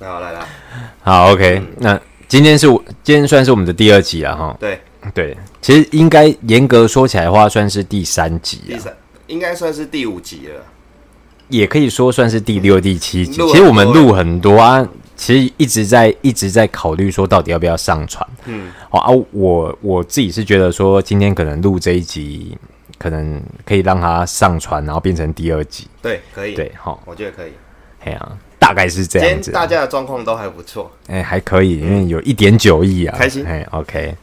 好，来来，好，OK，、那今天是我今天算是我们的第二集了哈。对，对，其实应该严格说起来的话，算是第三集第啊，三应该算是第五集了。也可以说算是第六、第七集。录很多其实我们录很多啊，其实一直在一直在考虑说到底要不要上传。嗯，哦啊，我我自己是觉得说，今天可能录这一集，可能可以让它上传，然后变成第二集。对，可以，对，，啊好、我觉得可以。哎呀、大概是今这样天子。大家的状况都还不错，哎、还可以，因为有一点九亿啊，开心哎、o k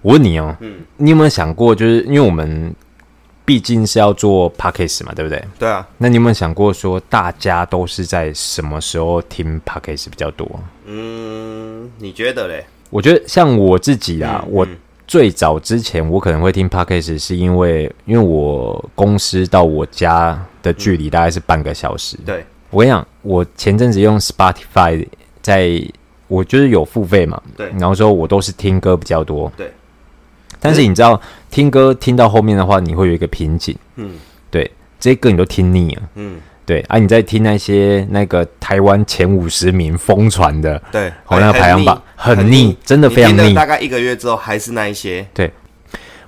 我问你哦，嗯你有没有想过，就是因为我们毕竟是要做 podcast 嘛，对不对？对啊，那你有没有想过说，大家都是在什么时候听 podcast 比较多？嗯，你觉得嘞？我觉得像我自己啊，嗯我嗯最早之前我可能会听 podcast，是因为因为我公司到我家的距嗯离大概是半个小时。对，我跟你讲，我前阵子用 Spotify 在。我就是有付费嘛，对然后说我都是听歌比较多，对。但是你知道，听歌听到后面的话，你会有一个瓶颈，嗯对，这些歌你都听腻了，嗯，对啊，你在听那些那个台湾前五十名疯传的，对，好那个排行榜很腻真的非常你听了腻大概一个月之后还是那一些，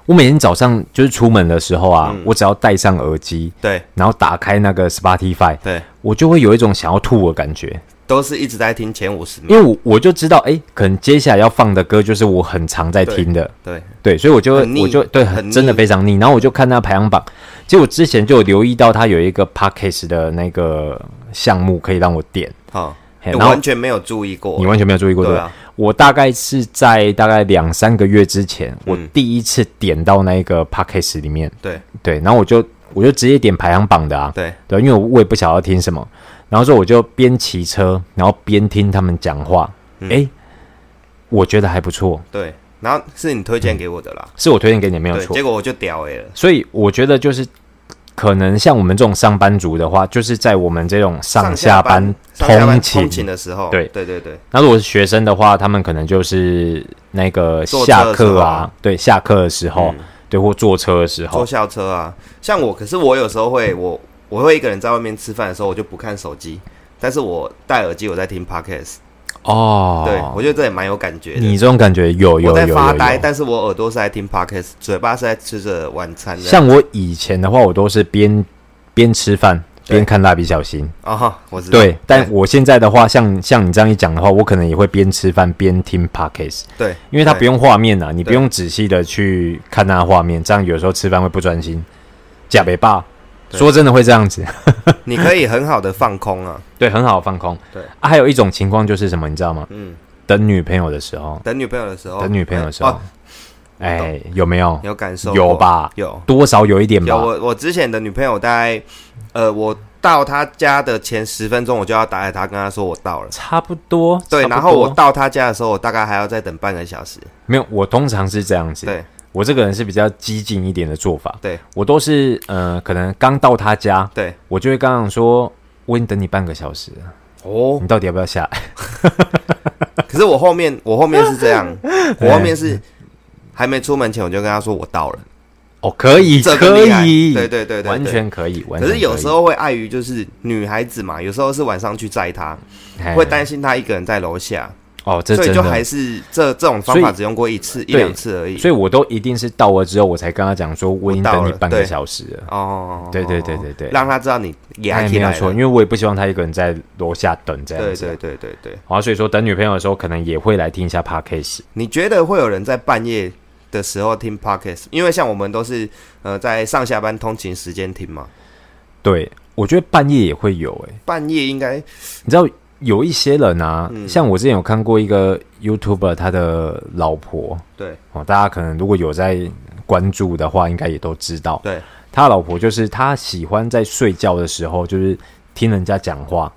我每天早上就是出门的时候啊，嗯我只要戴上耳机，对然后打开那个 Spotify，对，我就会有一种想要吐的感觉，都是一直在听前五十名，因为我我就知道，哎、可能接下来要放的歌就是我很常在听的，对，对，所以我就很腻我就对很很腻真的非常腻，然后我就看那排行榜，其实我之前就有留意到它有一个 Podcast 的那个项目可以让我点，好，我嘿哎然后完全没有注意过你，完全没有注意过对对吧？啊，我大概是在大概两三个月之前，嗯我第一次点到那个 Podcast 里面，对对，然后我就我就直接点排行榜的啊，对，对，因为我我也不晓得听什么，然后说我就边骑车，然后边听他们讲话，嗯诶，我觉得还不错，对，然后是你推荐给我的啦，是我推荐给你嗯没有对，错结，果我就屌哎了，所以我觉得就是可能像我们这种上班族的话，就是在我们这种上下班上下班通勤通勤的时候，对对对对，那如果是学生的话，他们可能就是那个坐车下的时候课啊，对，下课的时候，嗯对，或坐车的时坐候，校车啊，像我，可是我有时候会，我我会一个人在外面吃饭的时候，我就不看手机，但是我戴耳机我在听 podcast，哦，对我觉得这也蛮有感觉的。你这种感觉有有我有在有有发呆，但是我耳朵是在听 podcast，嘴巴是在吃着晚餐的。像我以前的话，我都是边边吃饭对边看蜡笔小新，啊哈， 我知道。对。但对我现在的话，像像你这样一讲的话，我可能也会边吃饭边听 podcast，对，因为它对不用画面啊，你不对用仔细的去看那画面，这样有时候吃饭会不专心，假别爸。对说真的会这样子，你可以很好的放空啊。 对，很好放空。对啊，还有一种情况就是什么，你知道吗？嗯，等女朋友的时候，等女朋友的时候，等女朋友的时候哦，哎、我有没有你有感受？有？吧？有多少有一点有。吧。我我之前的女朋友大概，呃，我到她家的前十分钟，我就要打给她，跟她说我到了。差不多，对，差不然后我多到她家的时候，我大概还要再等半个小时。没有，我通常是这样子。对，我这个人是比较激进一点的做法。对，我都是呃，可能刚到他家，对，我就会刚刚说，我已经等你半个小时了，哦。你到底要不要下来？可是我后面，我后 面是这样，哎我后面是还没出门前，我就跟她说我到了。哦，可以，这更可厉害以，对对对对，完对。全可以，完可全是有可以时候会碍于就是女孩子嘛，有时候是晚上去载她，嘿会担心她一个人在楼下，哦，哎这所以真就还的。是这这种方所法以只用过一次一对两次而已。所以我都一定是到了之后，我才跟他讲说，我已我经到等你了半个对小时了。哦，对对对对对让她知道你压哎，起没有来错，了因。为我也不希望他一个人在楼下等这样对子。对对对对，好、所以说等女朋友的时候，可能也会来听一下 podcast。你觉得会有人在半夜的时候听 podcast？因为像我们都是呃在上下班通勤时间听嘛，对，我觉得半夜也会有、欸，半夜应该你知道有一些人啊，嗯像我之前有看过一个 YouTuber，他的老婆对哦，大家可能如果有在关注的话，应该也都知道，对，他老婆就是他喜欢在睡觉的时候，就是听人家讲话。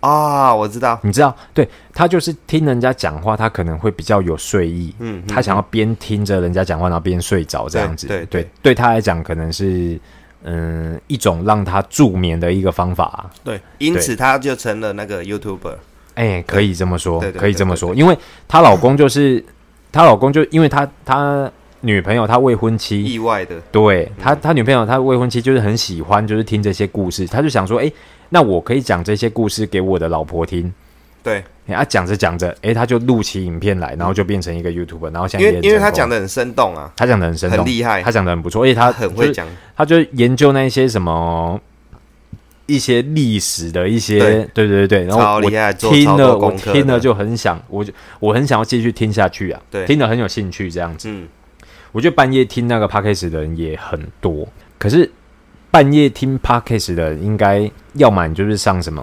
啊，我知道，你知道，对他就是听人家讲话，他可能会比较有睡意。嗯，他想要边听着人家讲话，然后边睡着这样子。对对对对他来讲可能是嗯一种让他助眠的一个方法、啊。对，因此他就成了那个 YouTuber。哎、可以这么说，对对对可以这么说，因为她老公就是她老公就因为她她女朋友她未婚妻，意外的，对她她女朋友她未婚妻就是很喜欢就是听这些故事，她就想说，哎、那我可以讲这些故事给我的老婆听，对，嗯哎啊，讲着讲着，哎、他就录起影片来，然后就变成一个 YouTuber，然后现因在也为很因为成他功讲的很生动啊，他讲的很生很动，厉害他，讲的很不错，而且他很就会是讲，他就研究那些什么一些历史的一些，对对对对，然后超我厉害，做听超了，多我功课听了就很想，我就我很想要继续听下去啊，对听得很有兴趣这样子。嗯，我觉得半夜听那个 podcast 的人也很多，可是半夜听 podcast 的人应该要么你就是上什么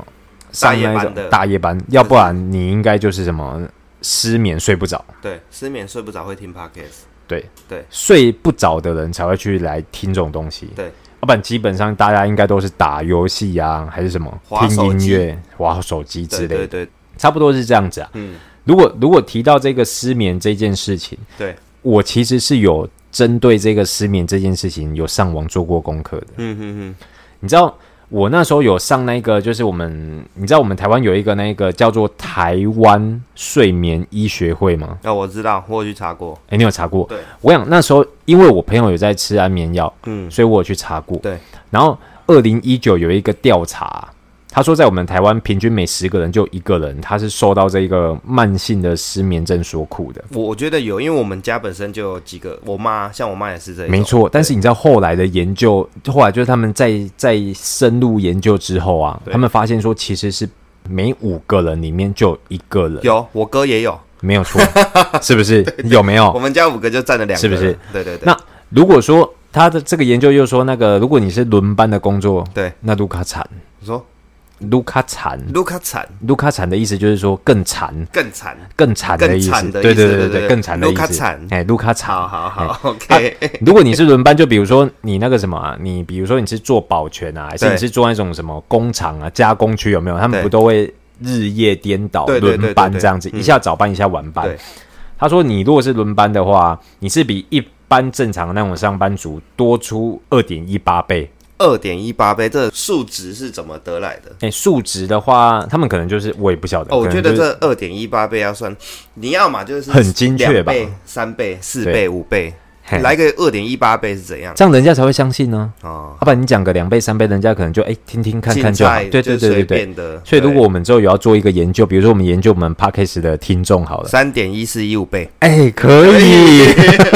大上夜那班种的大夜班，要不然你应该就是什么失眠睡不着，对，失眠睡不着会听 podcast，睡不着的人才会去来听这种东西。对，要不然基本上大家应该都是打游戏啊，还是什么滑听手音机乐、玩手机对之类对的，对，差不多是这样子啊。嗯，如果如果提到这个失眠这件事情，对，我其实是有针对这个失眠这件事情有上网做过功课的。嗯嗯嗯，你知道我那时候有上那个，就是我们你知道我们台湾有一个那个叫做台湾睡眠医学会吗？那我知道，我有去查过，诶，你有查过？对，我想那时候因为我朋友有在吃安眠药，嗯，所以我有去查过。对，然后二零一九有一个调查，他说在我们台湾平均每十个人就一个人他是受到这个慢性的失眠症所苦的。我我觉得有，因为我们家本身就有几个，我妈像我妈也是这一种，没错，但是你知道后来的研究，后来就是他们在在深入研究之后啊，对他们发现说其实是每五个人里面就有一个人，有我哥也有，没 有错，是不是？有没我有？们家五个就占了两个，是不是？对对对，那如果说他的这个研究又说那个，如果你是轮班的工作，对，那卢卡惨，你说卢卡惨，卢卡惨卢卡惨的意思就是说更惨，更惨，更惨的意更惨思，的对意思对对对对，对更惨的意卢卡思惨，哎，卢卡惨，好好哎好，OK，如果你是轮班，就比如说你那个什么啊，你比如说你是做保全啊，还是对你是做那种什么工厂啊、加工区有没有？他们对不都会日夜颠倒对对对轮班对对这样子，嗯一下早班一下晚班对。他说，你如果是轮班的话，你是比一般正常的那种上班族多出二点一八倍。二点一八倍，这数值是怎么得来的？哎、数值的话，他们可能就是我也不晓得，哦，我呃可觉能得就是这二点一八倍要算，你要嘛就是很精确吧两倍、三倍、四对倍、五倍，嘿来个二点一八倍是怎样？这样人家才会相信呢、啊哦，要不然你讲个两倍三倍，人家可能就哎、听听看看就好。竞赛对对就对对随对。便的。所以，如果我们之后有要做一个研究，比如说我们研究我们 podcast 的听众好了，三点一四一五倍，哎、可以。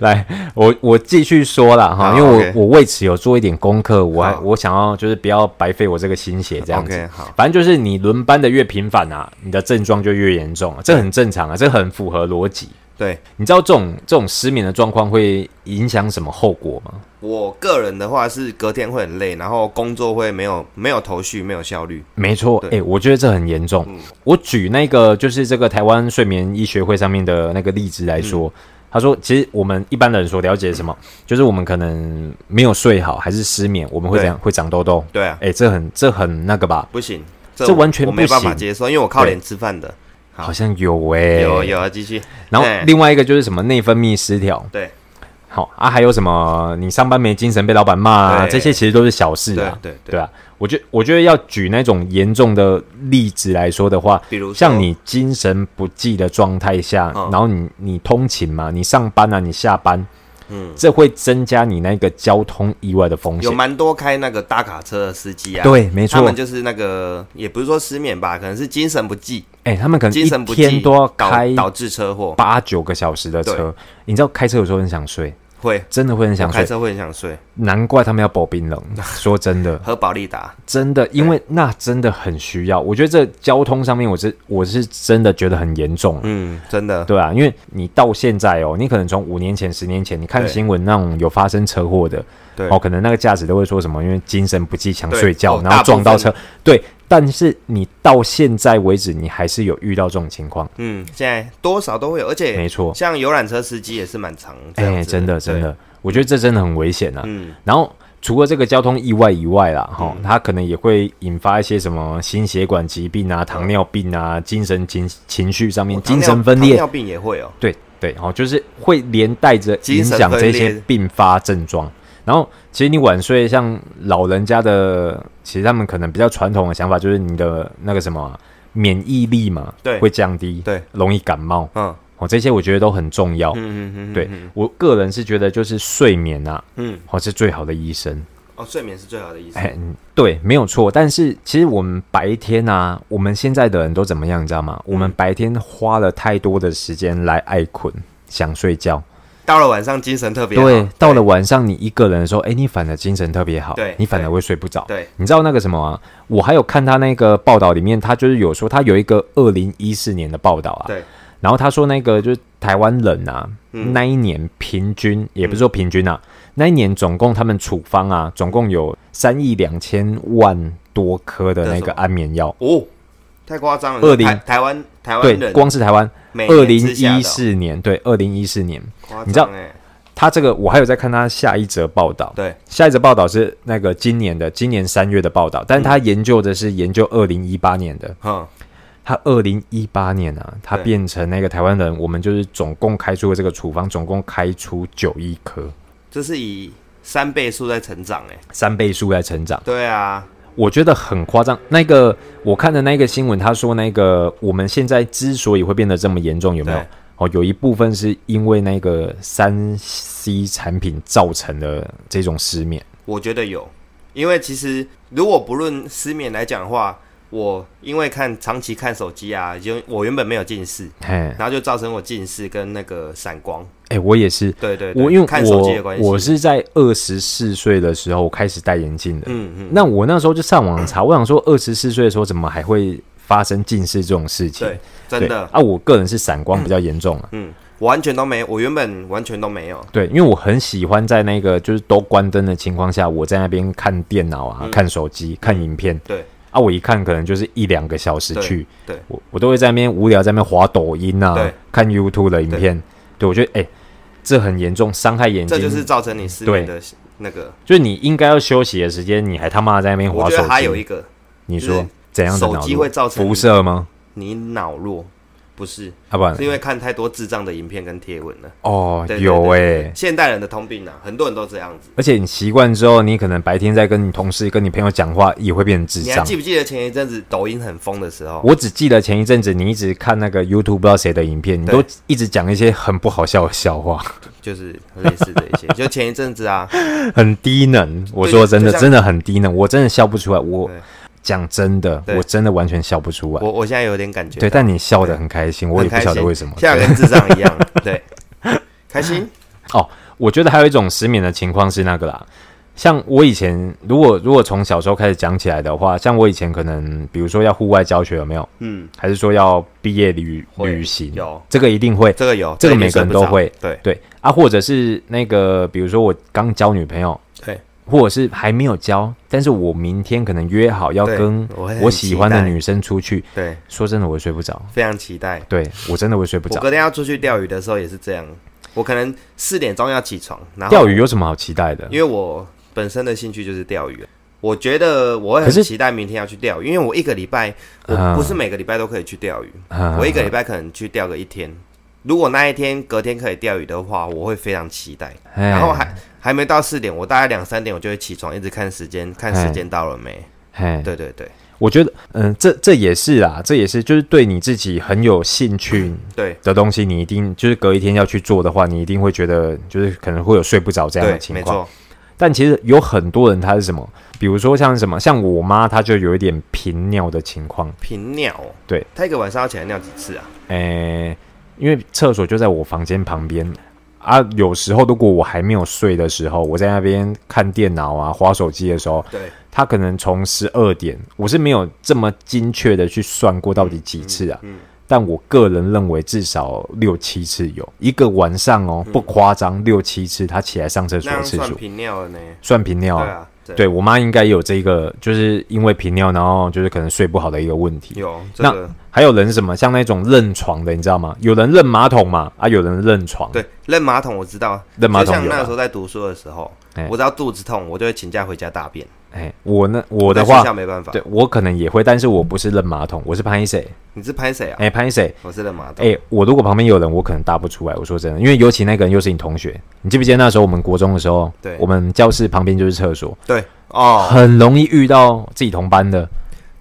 来，我我继续说了哈，好因为我、 OK 我为此有做一点功课，我还好我想要就是不要白费我这个心血这样子。 OK，好反正就是你轮班的越频繁啊，你的症状就越严重啊，这很正常啊，这很符合逻辑。对你知道这种这种失眠的状况会影响什么后果吗？我个人的话是隔天会很累，然后工作会没有没有头绪，没有效率。没错，哎、对嗯我觉得这很严重。我举那个就是这个台湾睡眠医学会上面的那个例子来说，嗯他说，其实我们一般人所了解什么，就是我们可能没有睡好，还是失眠，我们会对怎样？会长痘痘。对啊，哎、这很这很那个吧？不行，这我完全我没不办法行接受，因为我靠脸吃饭的。好好像有哎、有。有啊，继续。然后哎另外一个就是什么内分泌失调，对好啊，还有什么你上班没精神被老板骂、啊，对这些其实都是小事对啊，对对，啊。我觉我觉得要举那种严重的例子来说的话，比如说像你精神不济的状态下，嗯然后你你通勤嘛，你上班啊，你下班，嗯，这会增加你那个交通意外的风有险。蛮多开那个大卡车的司机啊，，对，没他错们。就是那个也不是说失眠吧，可能是精神不济，哎、他们可能精神一不济天都要导开导致车祸，八九个小时的车，你知道开车有时候很想睡，会真的会很我想开睡，车会很想睡，难怪他们要保冰 冷。说真的，喝保利达，真的，因为那真的很需要。我觉得这交通上面，我是我是真的觉得很严重啊、嗯，真的，对啊，因为你到现在哦，你可能从五年前、十年前，你看对新闻那种有发生车祸的，对哦，可能那个驾驶都会说什么，因为精神不济想对睡觉，哦然后撞到大车。对，但是你到现在为止，你还是有遇到这种情况，嗯，现在多少都会有，而且没错。像游览车司机也是蛮常这样哎，子，真的，真对，的，我觉得这真的很危险啊。嗯，然后除了这个交通意外以外啦，哈、它可能也会引发一些什么心血管疾病啊、糖尿病啊、精神情情绪上面、我嗯哦糖精尿神分糖裂，尿病也会哦，对对，哦，就是会连带着影精神响分这裂些并发症状。然后，其实你晚睡，像老人家的，其实他们可能比较传统的想法就是你的那个什么啊免疫力嘛，对会降低，对，容易感冒嗯哦，这些我觉得都很重要。嗯嗯嗯，对我个人是觉得，就是睡眠啊，嗯，哦，是最好的医生。哦，睡眠是最好的医生。哎，嗯对，没有错。但是其实我们白天啊，我们现在的人都怎么样，你知道吗？我嗯们白天花了太多的时间来爱困，想睡觉。到了晚上精神特别好。对，到了晚上你一个人的时候，哎，你反而精神特别好，对你反而对会睡不着。对你知道那个什么啊？我还有看他那个报道里面，他就是有说他有一个二零一四年的报道啊，对，然后他说那个就是台湾人啊，嗯那一年平均也不是说平均啊，那一年总共他们处方啊，总共有三亿两千万多颗的那这是个什么安眠药。哦，太夸张了。 20台台湾台湾对，人光是台湾，每二年零吃下的一哦，四年，对，二零一四年，夸你知道张哎，他这个我还有在看他下一则报道，对，下一则报道是那个今年的，今年三月的报道，但是他研究的是研究二零一八年的，哼，他二零一八年啊，他对变成那个台湾人，我们就是总共开出的这个处方，总共开出九亿颗，这是以三倍速在成长哎。三倍数在成长，对啊，我觉得很夸张。那个我看的那个新闻，他说那个我们现在之所以会变得这么严重，有没有对？哦，有一部分是因为那个三 C 产品造成的这种失眠。我觉得有，因为其实如果不论失眠来讲的话，我因为看长期看手机啊，就我原本没有近视，嘿，哎、然后就造成我近视跟那个散光。我也是，对对对，我因为看手机的我关系，我是在二十四岁的时候开始戴眼镜的。嗯嗯，那我那时候就上 网查，我想说二十四岁的时候怎么还会发生近视这种事情？对，真对的嗯啊，我个人是散光比较严重啊。完全都没有，我原本完全都没有。对，因为我很喜欢在那个就是都关灯的情况下，我在那边看电脑啊、看手机、看影片嗯对啊。我一看可能就是一两个小时对去，对我我都会在那边无聊，在那边滑抖音啊对，看 YouTube 的影片。对我觉得哎、这很严重，伤害眼睛。这就是造成你失眠的那个。就是你应该要休息的时间，你还他妈在那边滑我手觉机。得还有一个，你就是说怎样的手脑机路会造成辐射吗？你脑弱，不是啊不然是因为看太多智障的影片跟贴文了。哦对对有哎、对现代人的通病啊，很多人都这样子。而且你习惯之后，你可能白天在跟你同事、跟你朋友讲话，也会变成智你还障记。不记得前一阵子抖音很疯的时候？我只记得前一阵子你一直看那个 YouTube 不知道谁的影片，你对都一直讲一些很不好笑的笑话， 就是类似的一些，就前一阵子啊，很低能。我说真的，就像真的很低能，我真的笑不出来。我对讲真的，对我真的完全笑不出来。我我现在有点感觉到，对，但你笑得很开心，我很也不开晓心，得为什么。像跟智障一样，对，开心，我觉得还有一种失眠的情况是那个啦，像我以前如果如果从小时候开始讲起来的话，像我以前可能比如说要户外教学有没有，嗯，还是说要毕业旅会旅行，有这个一定会这个有，这个一定每个人睡不着都会，对对啊，或者是那个比如说我刚交女朋友，对，或者是还没有交，但是我明天可能约好要对跟我会很我喜欢的期待女生出去，对，说真的我会睡不着，非常期待。对我真的会睡不我着。隔天要出去钓鱼的时候也是这样，我可能四点钟要起床，然后钓鱼有什么好期待的因？为我本身的兴趣就是钓鱼，我觉得我会可很是期待明天要去钓鱼，因为我一个礼拜啊我不是每个礼拜都可以去钓鱼，啊我一个礼拜可能去钓个一天。如果那一天隔天可以钓鱼的话，我会非常期待。哎然后还还没到四点，我大概两三点我就会起床，一直看时间，看哎时间到了没。嘿对对对我觉得，嗯，这这也是啦，这也是就是对你自己很有兴趣对的东西，你一定就是隔一天要去做的话，你一定会觉得就是可能会有睡不着这样的对，情没况。错，但其实有很多人他是什么，比如说像什么，像我妈她就有一点频尿的情况，频尿、哦。对，他一个晚上要起来尿几次啊？诶，呃因为厕所就在我房间旁边。啊，有时候如果我还没有睡的时候，我在那边看电脑啊、划手机的时候，对，他可能从十二点，我是没有这么精确的去算过到底几次啊，嗯嗯但我个人认为至少六七次有，一个晚上哦，不夸张，六七次他起来上厕所那的样次嗯算数，频尿了呢？算频尿对啊。啊，对对我妈应该也有这个，就是因为频尿，然后就是可能睡不好的一个问题。有这那个还有人是什么像那种认床的，你知道吗？有人认马桶嘛，啊，有人认床，对扔马桶我知道，认马就桶像有那时啊。候在读书的时候哎，我只要肚子痛，我就会请假回家大便。哎，我呢，我在的学话校，没办法。对我可能也会，但是我不是认马桶，我是拍谁？你是拍谁啊？哎，拍谁？我是扔马桶。哎、我如果旁边有人，我可能答不出来。我说真的，因为尤其那个人又是你同学，你记不记得那时候我们国中的时候，对我们教室旁边就是厕所，对哦，很容易遇到自己同班的。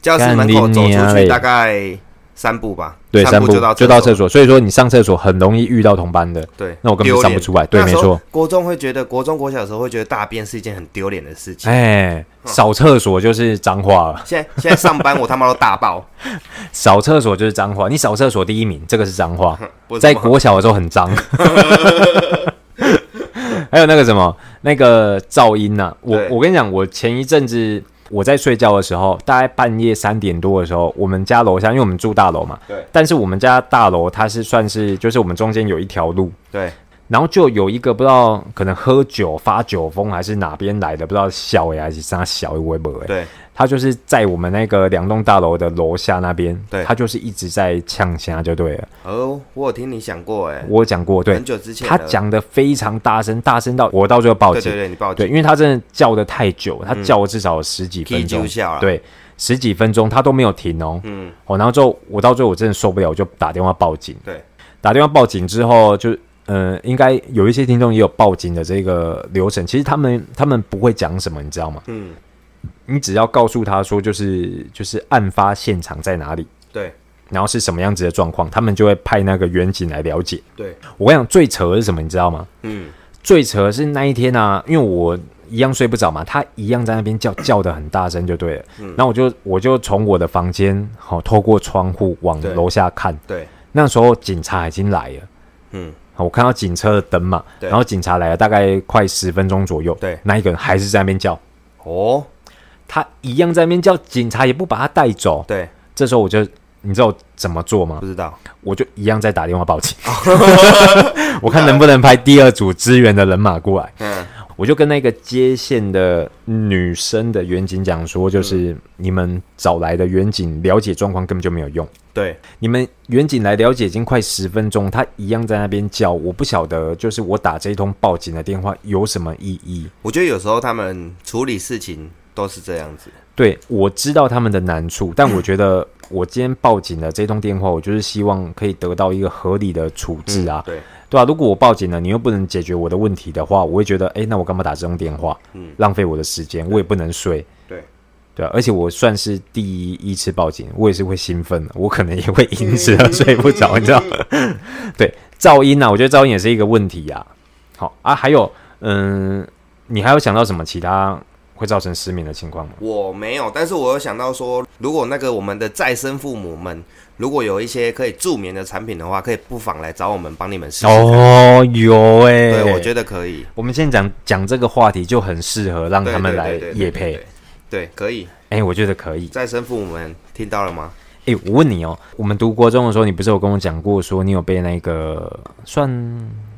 教室门口走干你出娘去嘞大概三步吧，对，散散步步就到就厕到所厕所，所以说你上厕所很容易遇到同班的。对，那我根本丢上不脸出来对那时候没错国中会觉得，国中国小的时候会觉得大便是一件很丢脸的事情。哎，扫厕所就是脏话了，现在现在上班我他妈都大爆，扫厕所就是脏话。你扫厕所第一名，这个是脏话。我在他妈国小的时候 很脏。还有那个什么，那个噪音呐、我对我跟你讲，我前一阵子我在睡觉的时候，大概半夜三点多的时候，我们家楼下，因为我们住大楼嘛，对但是我们家大楼它是算是就是我们中间有一条路，对然后就有一个不知道可能喝酒发酒疯还是哪边来的，不知道小哎还是啥小微博哎，对他就是在我们那个两栋大楼的楼下那边，对他就是一直在呛虾就对了。哦，我有听你讲过哎，我有讲过，对很，久之前他了讲的非常大声，大声到我到最后报对警对。对，你报对，警，因为他真的叫的太久，他叫了至少有十几踢分钟就，笑了，对，十几分钟他都没有停哦。啊嗯哦，然后之后我到最后我真的受不了，我就打电话报警。对，打电话报警之后就。呃，应该有一些听众也有报警的这个流程。其实他们他们不会讲什么，你知道吗？嗯你只要告诉他说，就是就是案发现场在哪里，对然后是什么样子的状况，他们就会派那个远警来了解。对我跟你讲，最扯的是什么，你知道吗？嗯最扯的是那一天啊，因为我一样睡不着嘛，他一样在那边叫叫的很大声，就对了。嗯然后我就我就从我的房间好、透过窗户往对楼下看，对那时候警察已经来了。嗯好我看到警车的灯嘛，对然后警察来了，大概快十分钟左右。对那一个人还是在那边叫，哦他一样在那边叫，警察也不把他带走。对，这时候我就，你知道我怎么做吗不？知道我就一样在打电话 报警，我看能不能派第二组支援的人马过来。嗯我就跟那个接线的女生的远景讲说，就是你们找来的远景了解状况根本就没有用，对你们远景来了解已经快十分钟，他一样在那边叫，我不晓得就是我打这一通报警的电话有什么意义。我觉得有时候他们处理事情都是这样子，对我知道他们的难处，但我觉得我今天报警的这通电话，我就是希望可以得到一个合理的处置啊，对对啊，如果我报警了，你又不能解决我的问题的话，我会觉得，哎、那我干嘛打这通电话？嗯浪费我的时间，我也不能睡。对对、啊，而且我算是第一次报警，我也是会兴奋的，我可能也会因此而睡不着，你知道吗？ 对，噪音啊，我觉得噪音也是一个问题啊。好啊，还有，嗯，你还有想到什么其他会造成失眠的情况吗？我没有，但是我有想到说，如果那个我们的再生父母们，如果有一些可以助眠的产品的话，可以不妨来找我们帮你们试试看。哦，有哎、对，我觉得可以，我们现在讲讲这个话题就很适合让对他们对来对对夜对配。对对，可以。哎、我觉得可以。再生父母们听到了吗？哎、我问你哦，我们读国中的时候，你不是有跟我讲过说你有被那个算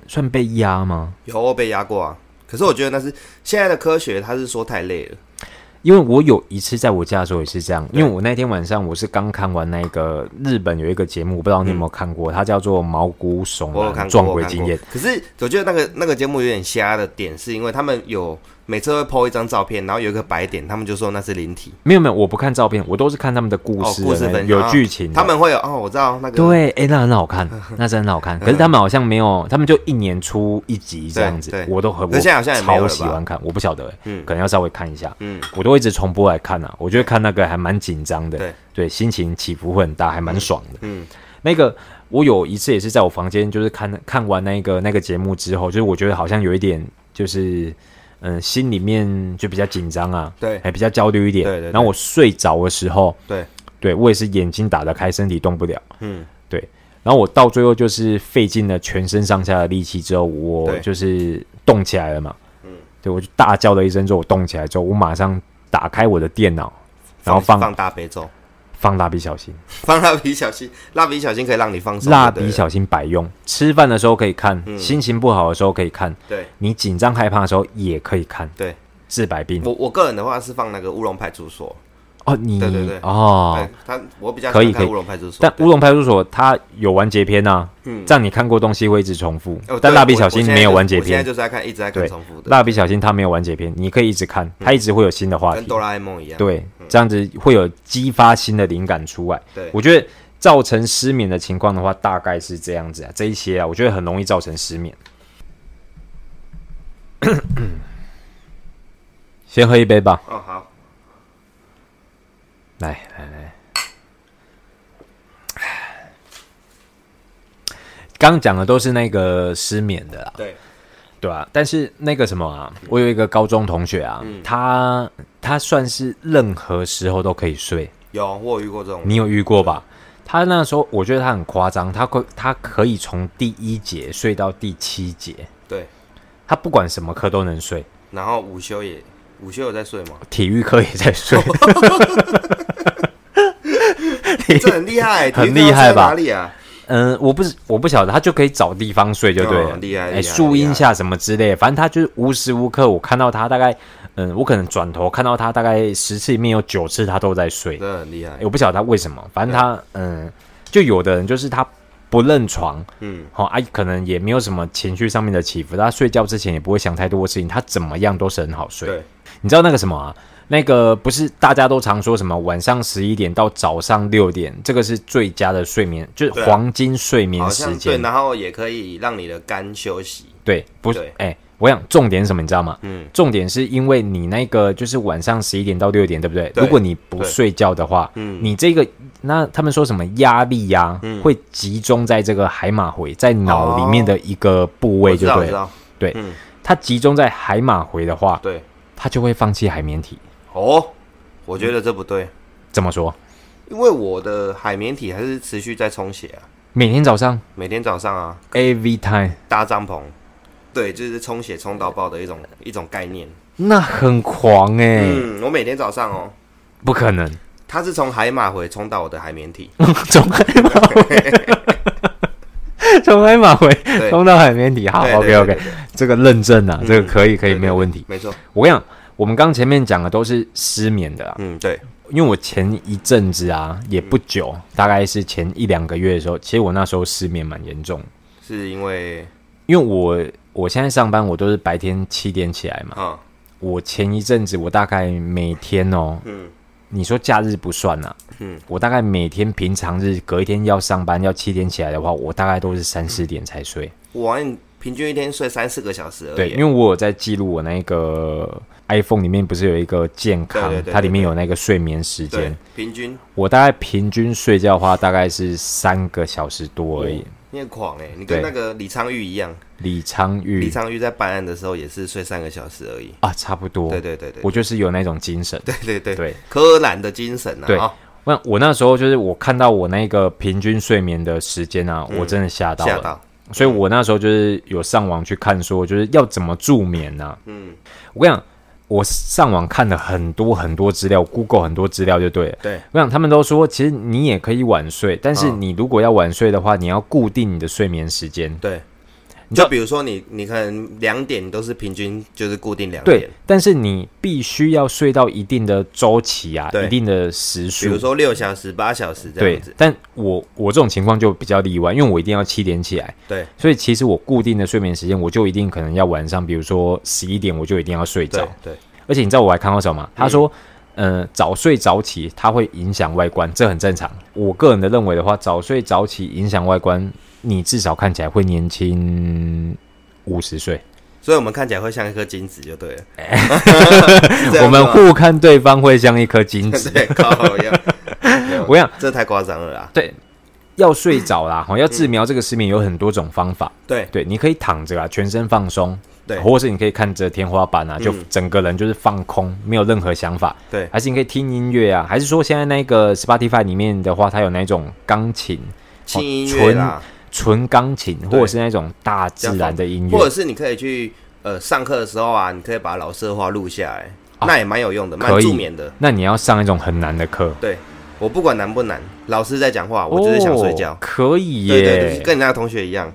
算被压吗？有我被压过啊，可是我觉得那是现在的科学，他是说太累了。因为我有一次在我家的时候也是这样，因为我那天晚上我是刚看完那个日本有一个节目，我不知道你有没有看过，它叫做《毛骨嗯我有悚看然过，撞我鬼有看经过验》。。可是我觉得那个那个节目有点瞎的点，是因为他们有每次会 PO 一张照片，然后有一个白点，他们就说那是灵体。没有没有，我不看照片，我都是看他们的故事哦，故事的那、分享有剧情的。他们会有哦，我知道那个对，哎、那很好看，那真的很好看。可是他们好像没有，他们就一年出一集这样对子，对我都很可是现在好像也没有了超吧喜欢看，我不晓得、欸，嗯可能要稍微看一下。嗯，我都一直重播来看啊，我觉得看那个还蛮紧张的，对心情起伏会很大，还蛮爽的。嗯那个我有一次也是在我房间，就是看看完那个那个节目之后，就是我觉得好像有一点就是。嗯，心里面就比较紧张啊，对还比较焦虑一点。对对对然后我睡着的时候，对，对我也是眼睛打得开，身体动不了。嗯，对，然后我到最后就是费尽了全身上下的力气之后，我对嗯就是动起来了嘛。对，我就大叫了一声之后，我动起来之后，我马上打开我的电脑，然后放放大悲咒，放蜡笔小新，放蜡笔小新，蜡笔小新可以让你放松。蜡对笔不对小新百用，吃饭的时候可以看，心情不好的时候可以看，对你紧张害怕的时候也可以看，对，治百病。我我个人的话是放那个乌龙派出所，哦，你对对对哦对，，他我比较可以喜欢看可以乌龙派出所，但对乌龙派出所它有完结篇呐、嗯这样你看过东西会一直重复，哦对但蜡笔我小我新现在没有就完结我现在篇。就是在看一直在看对重复的，蜡笔小新它没有完结篇，你可以一直看，它一直会有新的话跟题，哆啦 A 梦一样。对，这样子会有激发新的灵感出来。对我觉得造成失眠的情况的话，大概是这样子啊，这一些啊，我觉得很容易造成失眠。先喝一杯吧，哦好，来来来，刚讲的都是那个失眠的啦，对，对啊，但是那个什么啊，我有一个高中同学啊，嗯他他算是任何时候都可以睡，有我有遇过这种，你有遇过吧？他那时候我觉得他很夸张，他会他可以从第一节睡到第七节，对，他不管什么课都能睡，然后午休也午休有在睡 吗？体育课也在睡，哦这很厉害， 很体育课厉害在吧哪里啊？ 嗯，我不是我不晓得，他就可以找地方睡就对了，哦厉害厉害哎，树荫下什么之类的，反正他就是无时无刻，我看到他大概，嗯，我可能转头看到他大概十次里面有九次他都在睡真，的很厉害哎，我不晓得他为什么，反正他，嗯，就有的人就是他不认床，嗯，好、哦、啊，可能也没有什么情绪上面的起伏，他睡觉之前也不会想太多的事情，他怎么样都是很好睡。对，你知道那个什么啊？那个不是大家都常说什么晚上十一点到早上六点，这个是最佳的睡眠，就是对啊黄金睡眠好时像对，间。然后也可以让你的肝休息，对，不是对，哎、我想重点是什么，你知道吗？嗯，重点是因为你那个就是晚上十一点到六点，对不对？对如果你不对睡觉的话，嗯你这个那他们说什么压力呀、嗯会集中在这个海马回在脑里面的一个部我位，知就道，我对知了。道，对嗯，它集中在海马回的话，对，它就会放弃海绵体。哦，我觉得这不对，怎么说？因为我的海绵体还是持续在充血啊，每天早上每天早上啊 every time。搭帐篷，对，就是充血充到爆的一种一种概念。那很狂哎、嗯，我每天早上哦，不 可能，它是从海马回充到我的海绵体，从海马回，从海马回对冲到海绵体。好对，OK 对 OK，对对嗯这个认证啊，这个可以可以对没有问题。没错，我跟你讲，我们刚前面讲的都是失眠的啊，嗯，对，因为我前一阵子啊，也不久，大概是前一两个月的时候，其实我那时候失眠蛮严重，是因为因为我我现在上班我都是白天七点起来嘛，啊，我前一阵子我大概每天哦，嗯你说假日不算呐、嗯我大概每天平常日隔一天要上班要七点起来的话，我大概都是三四点才睡。我你平均一天睡三四个小时而已。对，因为我有在记录我那个 iPhone 里面不是有一个健康，对对对对它里面有那个睡眠时对间，，平均我大概平均睡觉的话大概是三个小时多而已。你很狂哎、你跟对嗯那个李昌钰一样，李昌李钰昌钰在办案的时候也是睡三个小时而已。啊，差不多，对对对对我就是有那种精神。对对对，对，柯南的精神啊！对啊那我那时候就是我看到我那个平均睡眠的时间啊，我真的吓到嗯吓了。到，所以我那时候就是有上网去看，说就是要怎么助眠呢、嗯，我跟你讲，我上网看了很多很多资料，Google 很多资料就对了。对，我想他们都说，其实你也可以晚睡，但嗯是你如果要晚睡的话，你要固定你的睡眠时间。对，你知道就比如说你，你可能两点都是平均，就是固定两对点。，但是你必须要睡到一定的周期啊，对一定的时比如数。说六小时、八小时这对样子，，但我我这种情况就比较例外，因为我一定要七点起来，对所以其实我固定的睡眠时间，我就一定可能要晚上，比如说十一点，我就一定要睡对嗯着。对，而且你知道我还看到什么？他说，呃，早睡早起它会影响外观，这很正常。我个人的认为的话，早睡早起影响外观，你至少看起来会年轻五十岁。所以我们看起来会像一颗金子就对了。 是这样哎我们吗互看对方会像一颗金 子。对 靠腰，没有我想这太夸张了啦。对。要睡 着啦，哦哈，要治疗这个失眠有很多种方法。对对，你可以躺着啊，全身放松，嗯对或者是你可以看着天花板啊，就嗯整个人就是放空，没有任何想法。对还是你可以听音乐啊，还是说现在那个 Spotify 里面的话，它有那种钢琴、轻音乐啦，纯钢琴，或对者是那种大自然的音乐或者，是你可以去呃上课的时候啊，你可以把老师的话录下来，啊那也蛮有用的，蛮可以助眠的。那你要上一种很难的课，对我不管难不难，老师在讲话，我就是想睡觉。哦可以对对对，耶，跟你那个同学一样，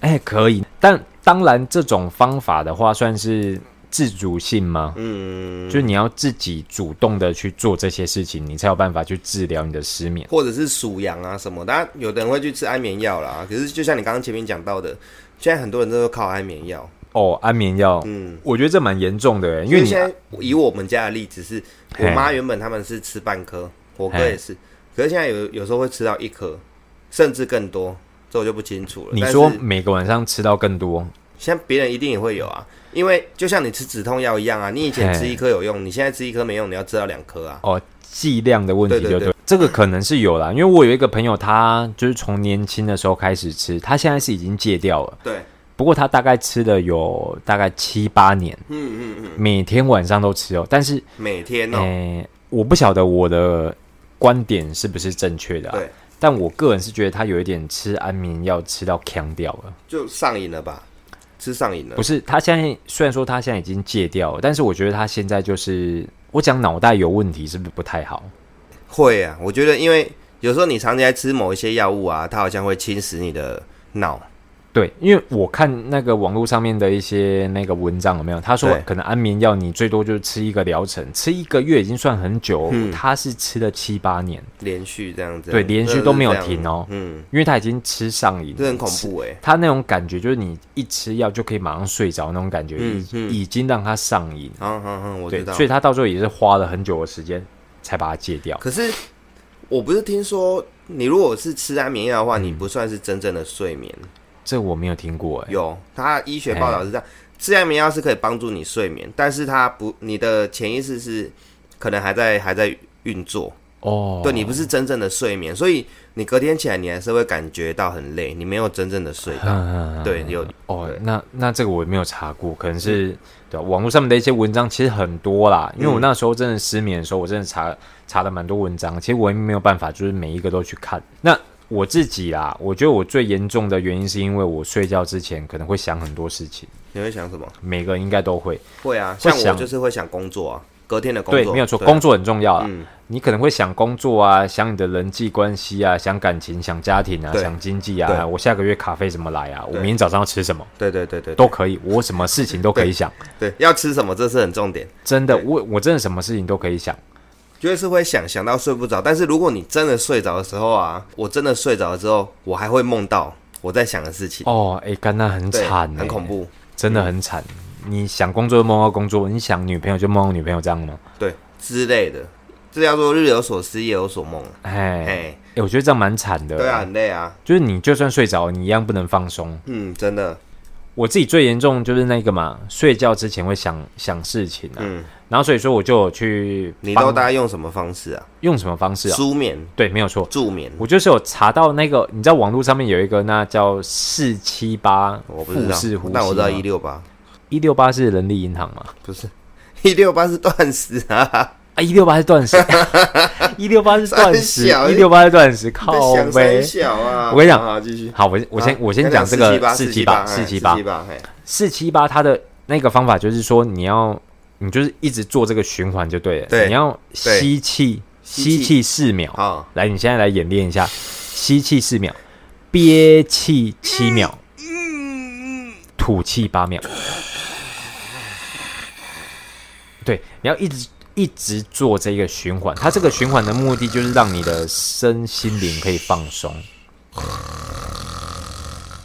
哎，可以。但当然，这种方法的话，算是自主性吗？嗯，就是你要自己主动的去做这些事情，你才有办法去治疗你的失眠。或者是数羊啊什么的，当然有的人会去吃安眠药啦。可是就像你刚刚前面讲到的，现在很多人都靠安眠药。哦，安眠药，嗯，我觉得这蛮严重的欸耶，因为你现在以我们家的例子是，我嘿妈原本他们是吃半颗，我哥嘿也是，可是现在有有时候会吃到一颗，甚至更多，这我就不清楚了。你但说是每个晚上吃到更多，像别人一定也会有啊，因为就像你吃止痛药一样啊，你以前嘿吃一颗有用，你现在吃一颗没用，你要吃到两颗啊。哦，剂量的问题对就对对。对，这个可能是有啦，因为我有一个朋友，他就是从年轻的时候开始吃，他现在是已经戒掉了，对，不过他大概吃了有大概七八年，嗯嗯嗯，每天晚上都吃哦。但是，每天哦，诶、呃我不晓得我的观点是不是正确的、啊，对，但我个人是觉得他有一点吃安眠药吃到呛掉了。就上瘾了吧？吃上瘾了不，是，他现在虽然说他现在已经戒掉了，但是我觉得他现在就是，我讲脑袋有问题是不是不太好？会啊，我觉得因为有时候你长期在吃某一些药物啊，它好像会侵蚀你的脑，对，因为我看那个网络上面的一些那个文章有没有，他说对可能安眠药你最多就是吃一个疗程，吃一个月已经算很久哦，嗯他是吃了七八年，连续这样子，啊对连续都没有停哦这样子嗯，因为他已经吃上瘾，这很恐吃。怖哎，他那种感觉就是你一吃药就可以马上睡着那种感觉，嗯嗯已已经让他上瘾，好好好，啊我对知，道所。以他到最后也是花了很久的时间才把它戒掉。可是我不是听说，你如果是吃安眠药的嗯话，你不算是真正的睡眠。这我没有听过、欸，有，它医学报道是这哎样，吃安眠药是可以帮助你睡眠，但是它不，你的潜意识是可能还在还在运作，哦，对你不是真正的睡眠，所以你隔天起来你还是会感觉到很累，你没有真正的睡到。嗯，对，有哦对，嗯那那这个我也没有查过，可能是、对、啊、网络上面的一些文章其实很多啦，因为我那时候真的失眠的时候，我真的查查了蛮多文章，其实我也没有办法就是每一个都去看。那我自己啦，我觉得我最严重的原因是因为我睡觉之前可能会想很多事情，你会想什么？每个人应该都会，会啊，会像我想就是会想工作啊，隔天的工对，作没有错，对啊工作很重要啦。嗯你可能会想工作啊，想你的人际关系啊，想感情，想家庭啊，对想经济对啊，我下个月咖啡怎么来啊，我对明天早上要吃什么对对对对都可以，我什么事情都可以想。对，要吃什么这是很重点。真的，对我我真的什么事情都可以想。就是会想想到睡不着，但是如果你真的睡着的时候啊，我真的睡着了之后，我还会梦到我在想的事情，哦，哎、干那很对，惨、欸很恐，怖，真的很惨。你想工作就梦到工作，你想女朋友就梦到女朋友，这样吗？对之类的，这叫做日有所思，夜有所梦啊。哎、哎，哎，我觉得这样蛮惨的。对啊，，很累啊，就是你就算睡着，你一样不能放松。嗯，真的，我自己最严重就是那个嘛，睡觉之前会想想事情啊，嗯，然后所以说我就有去你帮都大概用什么方式啊？用什么方式啊？舒眠、对，没有错，助眠，我就是有查到那个，你知道网络上面有一个那叫四七八我不腹知式道呼，吸啊但我知道一吗，六八一六八是人力银行嘛？不是 一六八是断食啊，啊，一六八 是断食，一六八是断食，三小欸一六八是断食，在靠想三呗。小啊。我跟你讲啊，继续。好，我我先、啊我先讲这个四478七八哎四七八478嘿四七八，它的那个方法就是说你要你就是一直做这个循环就对了，对你要吸气吸气吸气四秒，好，来，你现在来演练一下，吸气四秒，憋气七秒，吐气八秒。对，你要一直一直做这个循环。它这个循环的目的就是让你的身心灵可以放松。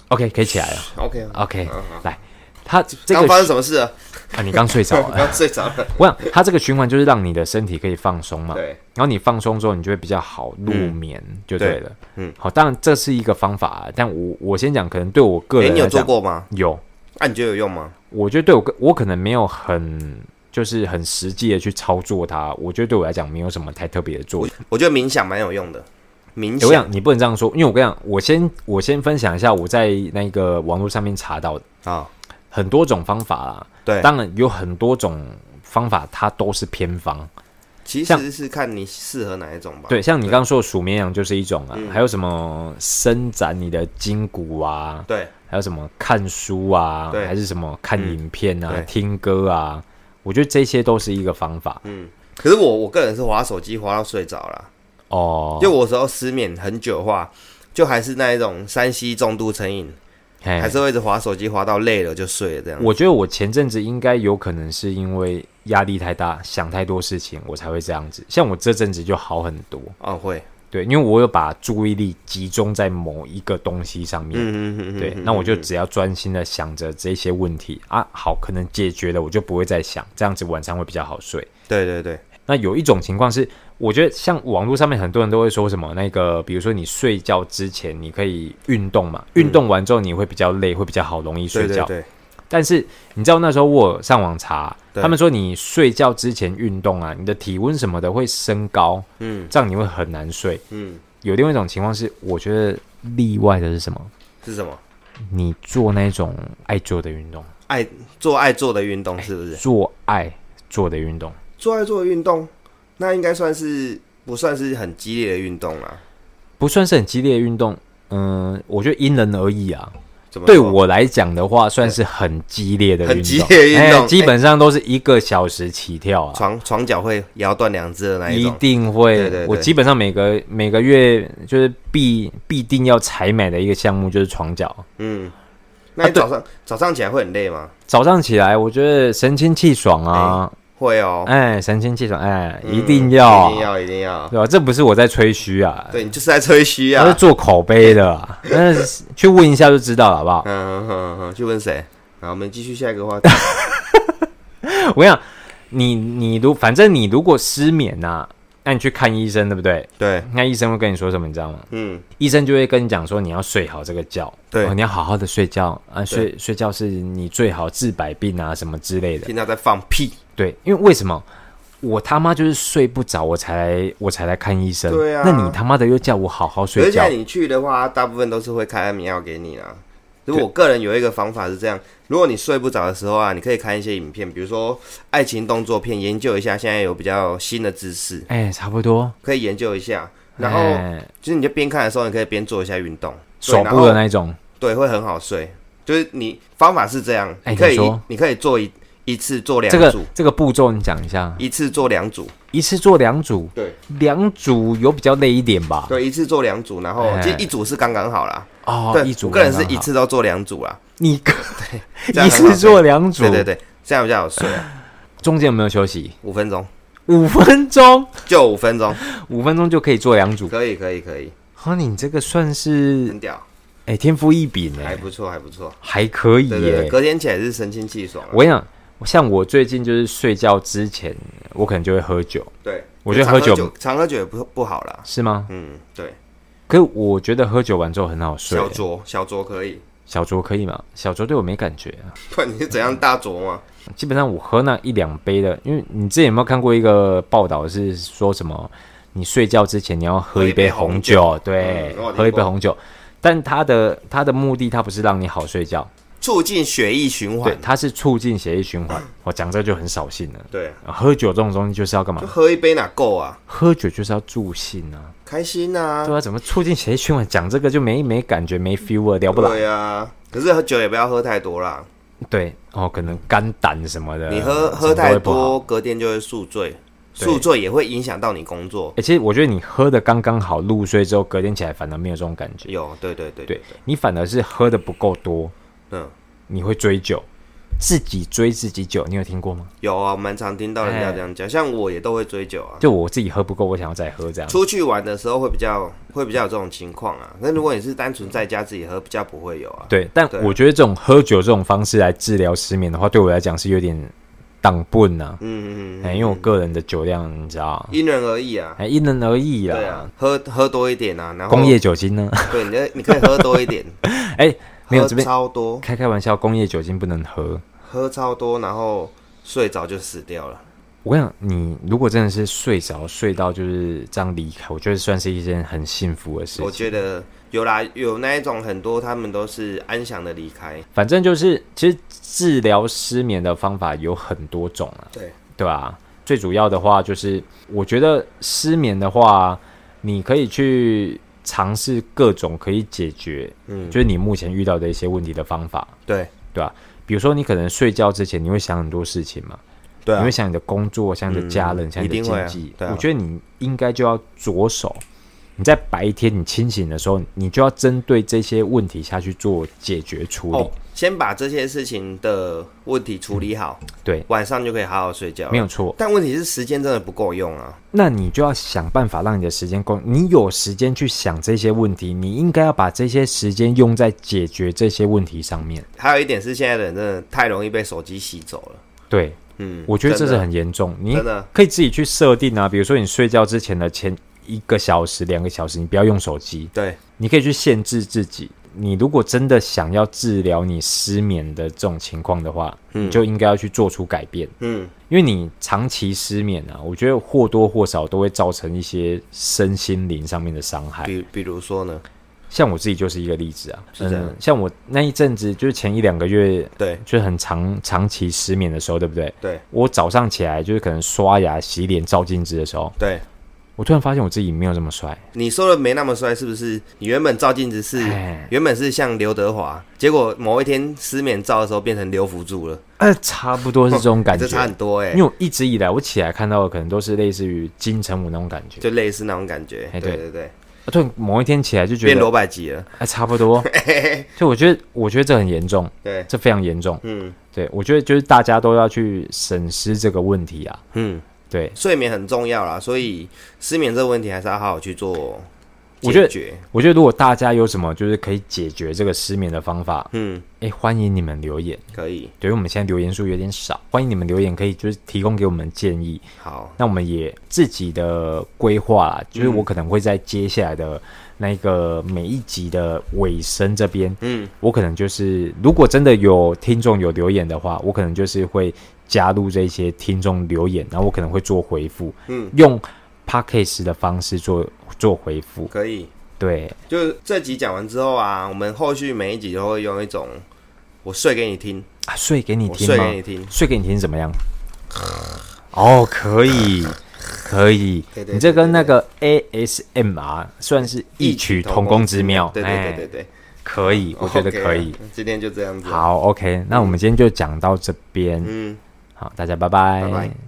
OK，可以起来了。 OK 啊 OK，嗯好来，它这刚个发生什么事了？啊，你刚睡着我了。刚睡着了。我想它这个循环就是让你的身体可以放松 嘛。对，然后你放松之后，你就会比较好入嗯眠，就对了。嗯好，当然这是一个方法啊，但我我先讲，可能对我个哎，人你有来做讲，过吗？有，啊，你觉得有用吗？我觉得对我个我可能没有很就是很实际的去操作它，我觉得对我来讲没有什么太特别的作用。我觉得冥想蛮有用的，冥我想想你不能这样说，因为我跟你讲，我先我先分享一下我在那个网络上面查到的啊，很多种方法啦，对，当然有很多种方法它都是偏方，其实像是看你适合哪一种吧。对，像你刚刚说的数绵羊就是一种啊，嗯还有什么伸展你的筋骨啊，对，还有什么看书啊，对还是什么看嗯影片啊、对听歌啊，我觉得这些都是一个方法嗯。可是我我个人是滑手机滑到睡着了，哦。就我有时候失眠很久的话，就还是那一种山西重度成瘾，嘿还是嗯会一直滑手机滑到累了就睡了这样。哎我觉得我前阵子应该有可能是因为压力太大，想太多事情，我才会这样子。像我这阵子就好很多，哦会，对，因为我有把注意力集中在某一个东西上面。嗯嗯嗯，对，嗯那我就嗯只要专心的想着这些问题啊，好，可能解决了，我就不会再想，这样子晚上会比较好睡。对对对，那有一种情况是，我觉得像网络上面很多人都会说什么那个，比如说你睡嗯觉之前你可以运动嘛，运动完之后你会比较累，会比较好容易睡对觉。对对，但是你知道那时候我上网查，对他们说你睡觉之前运动啊，你的体温什么的会升高，嗯这样你会很难睡。嗯，有另外一种情况是，我觉得例外的是什么？是什么？你做那种爱做的运动，爱做爱做的运动是不是？做爱做的运动，做爱做的运动，那应该算是不算是很激烈的运动啦？不算是很激烈的运动。嗯，我觉得因人而异啊。怎么说对我来讲的话，算是很激烈的运动，很激烈的运哎动基本上都是一个小时起跳啊。床床脚会摇断两只的那一一种？定会，对对对我基本上每个每个月就是必必定要采买的一个项目就是床脚。嗯，那啊你对早上、早上起来会很累吗？早上起来，我觉得神清气爽啊，会哦，哎、神清气爽，哎、嗯一定要啊，一定要，一定要。对吧？这不是我在吹嘘啊，对你就是在吹嘘我是啊。做口碑的、啊，但是去问一下就知道了，好不好？嗯嗯嗯嗯，去问谁？好，我们继续下一个话题。嗯我跟你讲，你你如反正你如果失眠呐、那你去看医生，对不对？对，那医生会跟你说什么，你知道吗？嗯，医生就会跟你讲说，你要睡好这个觉，对哦你要好好的睡觉啊，睡睡觉是你最好治百病啊，什么之类的。听到在放屁。对，因为为什么我他妈就是睡不着，我才来我才来看医生。对啊那你他妈的又叫我好好可睡是现觉在，你去的话，大部分都是会开安眠药给你啦。如果我个人有一个方法是这样，如果你睡不着的时候啊，你可以看一些影片，比如说爱情动作片，研究一下现在有比较新的姿势，哎、差不多。可以研究一下。然后哎就是你就边看的时候，你可以边做一下运动，对手然部后的那一种，对，会很好睡。就是你方法是这样，哎你可你以说你可以做一一次做两这组，个这个步骤你讲一下，一次做两组，一次做两组，对两组有比较累一点吧？对，一次做两组，然后哎其实一组是刚刚好啦。哦，对一，组我个人是刚刚一好，次都做两组啦。你个这 一样很好次做两组，对对对，这样比较好睡啊，中间有没有休息？五分钟五分钟，就五分钟， 五分钟就可以做两组。可以可以可以，哈、你这个算是很屌，哎、天赋异禀哎、还不错还不错。还可以耶、哎对对对，隔天起来是神清气爽啊。我跟你讲，像我最近就是睡觉之前，我可能就会喝酒，对，我觉得常喝喝酒常喝酒也不不好啦。是吗？嗯，对，可是我觉得喝酒完之后很好睡、小酌小酌可以，小酌可以吗？小酌对我没感觉啊、不然你是怎样大酌嘛？基本上我喝那一两杯的，因为你之前有没有看过一个报道是说什么？你睡觉之前你要喝一杯红酒，嗯我有对，听过喝一杯红酒。但它的它的目的，它不是让你好睡觉，促进血液循对环，。它是促进血液 循环。我讲这就很扫兴了。对，啊喝酒这种东西就是要干嘛就？喝一杯哪够啊？喝酒就是要助兴啊。开心啊对，啊，怎么促进血液循环？讲这个就没没感觉，没 feel 了，聊不来。对啊。可是喝酒也不要喝太多啦，对哦，可能肝胆什么的，你喝什么喝都会太不好。多，隔天就会宿醉，对宿醉也会影响到你工作。欸其实我觉得你喝的刚刚好，入睡之后隔天起来反而没有这种感觉，有，对对对对你反而是喝的不够多，嗯，你会追酒，自己追自己酒，你有听过吗？有啊，蛮常听到人家这样讲，像我也都会追酒啊。就我自己喝不够，我想要再喝这样。出去玩的时候会比较会比较有这种情况啊，那如果你是单纯在家自己喝，比较不会有啊。对，但对我觉得这种喝酒这种方式来治疗失眠的话，对我来讲是有点挡笨呐、嗯嗯嗯哎、因为我个人的酒量你知道，因人而异啊。哎、因人而异对啦。啊，喝喝多一点啊，然后工业酒精呢？ 对，你可以你可以喝多一点，哎、没有喝这边超多，开开玩笑，工业酒精不能喝。喝超多，然后睡着就死掉了。我跟你讲，你如果真的是睡着睡到就是这样离开，我觉得算是一件很幸福的事我情。觉得有啦，有那一种很多，他们都是安详的离开。反正就是，其实治疗失眠的方法有很多种啊，对对吧、最主要的话就是，我觉得失眠的话，你可以去尝试各种可以解决，嗯就是你目前遇到的一些问题的方法，对对吧、比如说，你可能睡觉之前你会想很多事情嘛，对你会想你的工作，想你的家人，嗯想你的一定会经啊济。对啊我觉得你应该就要着手。你在白天你清醒的时候，你就要针对这些问题下去做解决处理。哦，先把这些事情的问题处理好，对，晚上就可以好好睡觉了。没有错。但问题是时间真的不够用啊。那你就要想办法让你的时间够，你有时间去想这些问题，你应该要把这些时间用在解决这些问题上面。还有一点是，现在的人真的太容易被手机洗走了。对，嗯，我觉得这真是的很严重。你真的可以自己去设定啊，比如说你睡觉之前的前一个小时、两个小时，你不要用手机。对你可以去限制自己，你如果真的想要治疗你失眠的这种情况的话，你就应该要去做出改变，嗯，因为你长期失眠啊，我觉得或多或少都会造成一些身心灵上面的伤害。比比如说呢，像我自己就是一个例子啊，是这样嗯，像我那一阵子就是前一两个月对就是很长长期失眠的时候，对不对？对我早上起来就是可能刷牙、洗脸、照镜子的时候，对，我突然发现我自己没有这么帅，你说的没那么帅，是不是？你原本照镜子是哎原本是像刘德华，结果某一天失眠照的时候变成刘福柱了，呃，差不多是这种感这 差觉很。多哎、因为我一直以来我起来看到的可能都是类似于金城武那种感觉，就类似那种感觉。哎对对对对，我突然某一天起来就觉变得，罗百吉了。 哎，差不多。就我觉得，我觉得这很严重，对，这非常严重。嗯对我觉得就是大家都要去审视这个问题啊。嗯，对睡眠很重要啦，所以失眠这个问题还是要好好去做我觉解得决。我觉得，如果大家有什么就是可以解决这个失眠的方法，嗯，哎，欢迎你们留言。可以，对，因为我们现在留言数有点少，欢迎你们留言，可以就是提供给我们建议。好，那我们也自己的规划啦，就是我可能会在接下来的那个每一集的尾声这边，嗯，我可能就是如果真的有听众有留言的话，我可能就是会加入这些听众留言，然后我可能会做回复，嗯，用 p a c k a g e 的方式做做回复，可以。对，就是这集讲完之后啊，我们后续每一集都会用一种我睡给你听，啊，睡给你我听睡吗？给你听，睡给你听怎么样？ 哦，可以，可以对，对你这跟那对个 ASMR 算是异曲同工之妙，对对哎对对，对，可以，我觉得 OK 啊可以。。今天就这样子，，好，OK，那我们今天就讲到这边，嗯，好，大家拜拜拜拜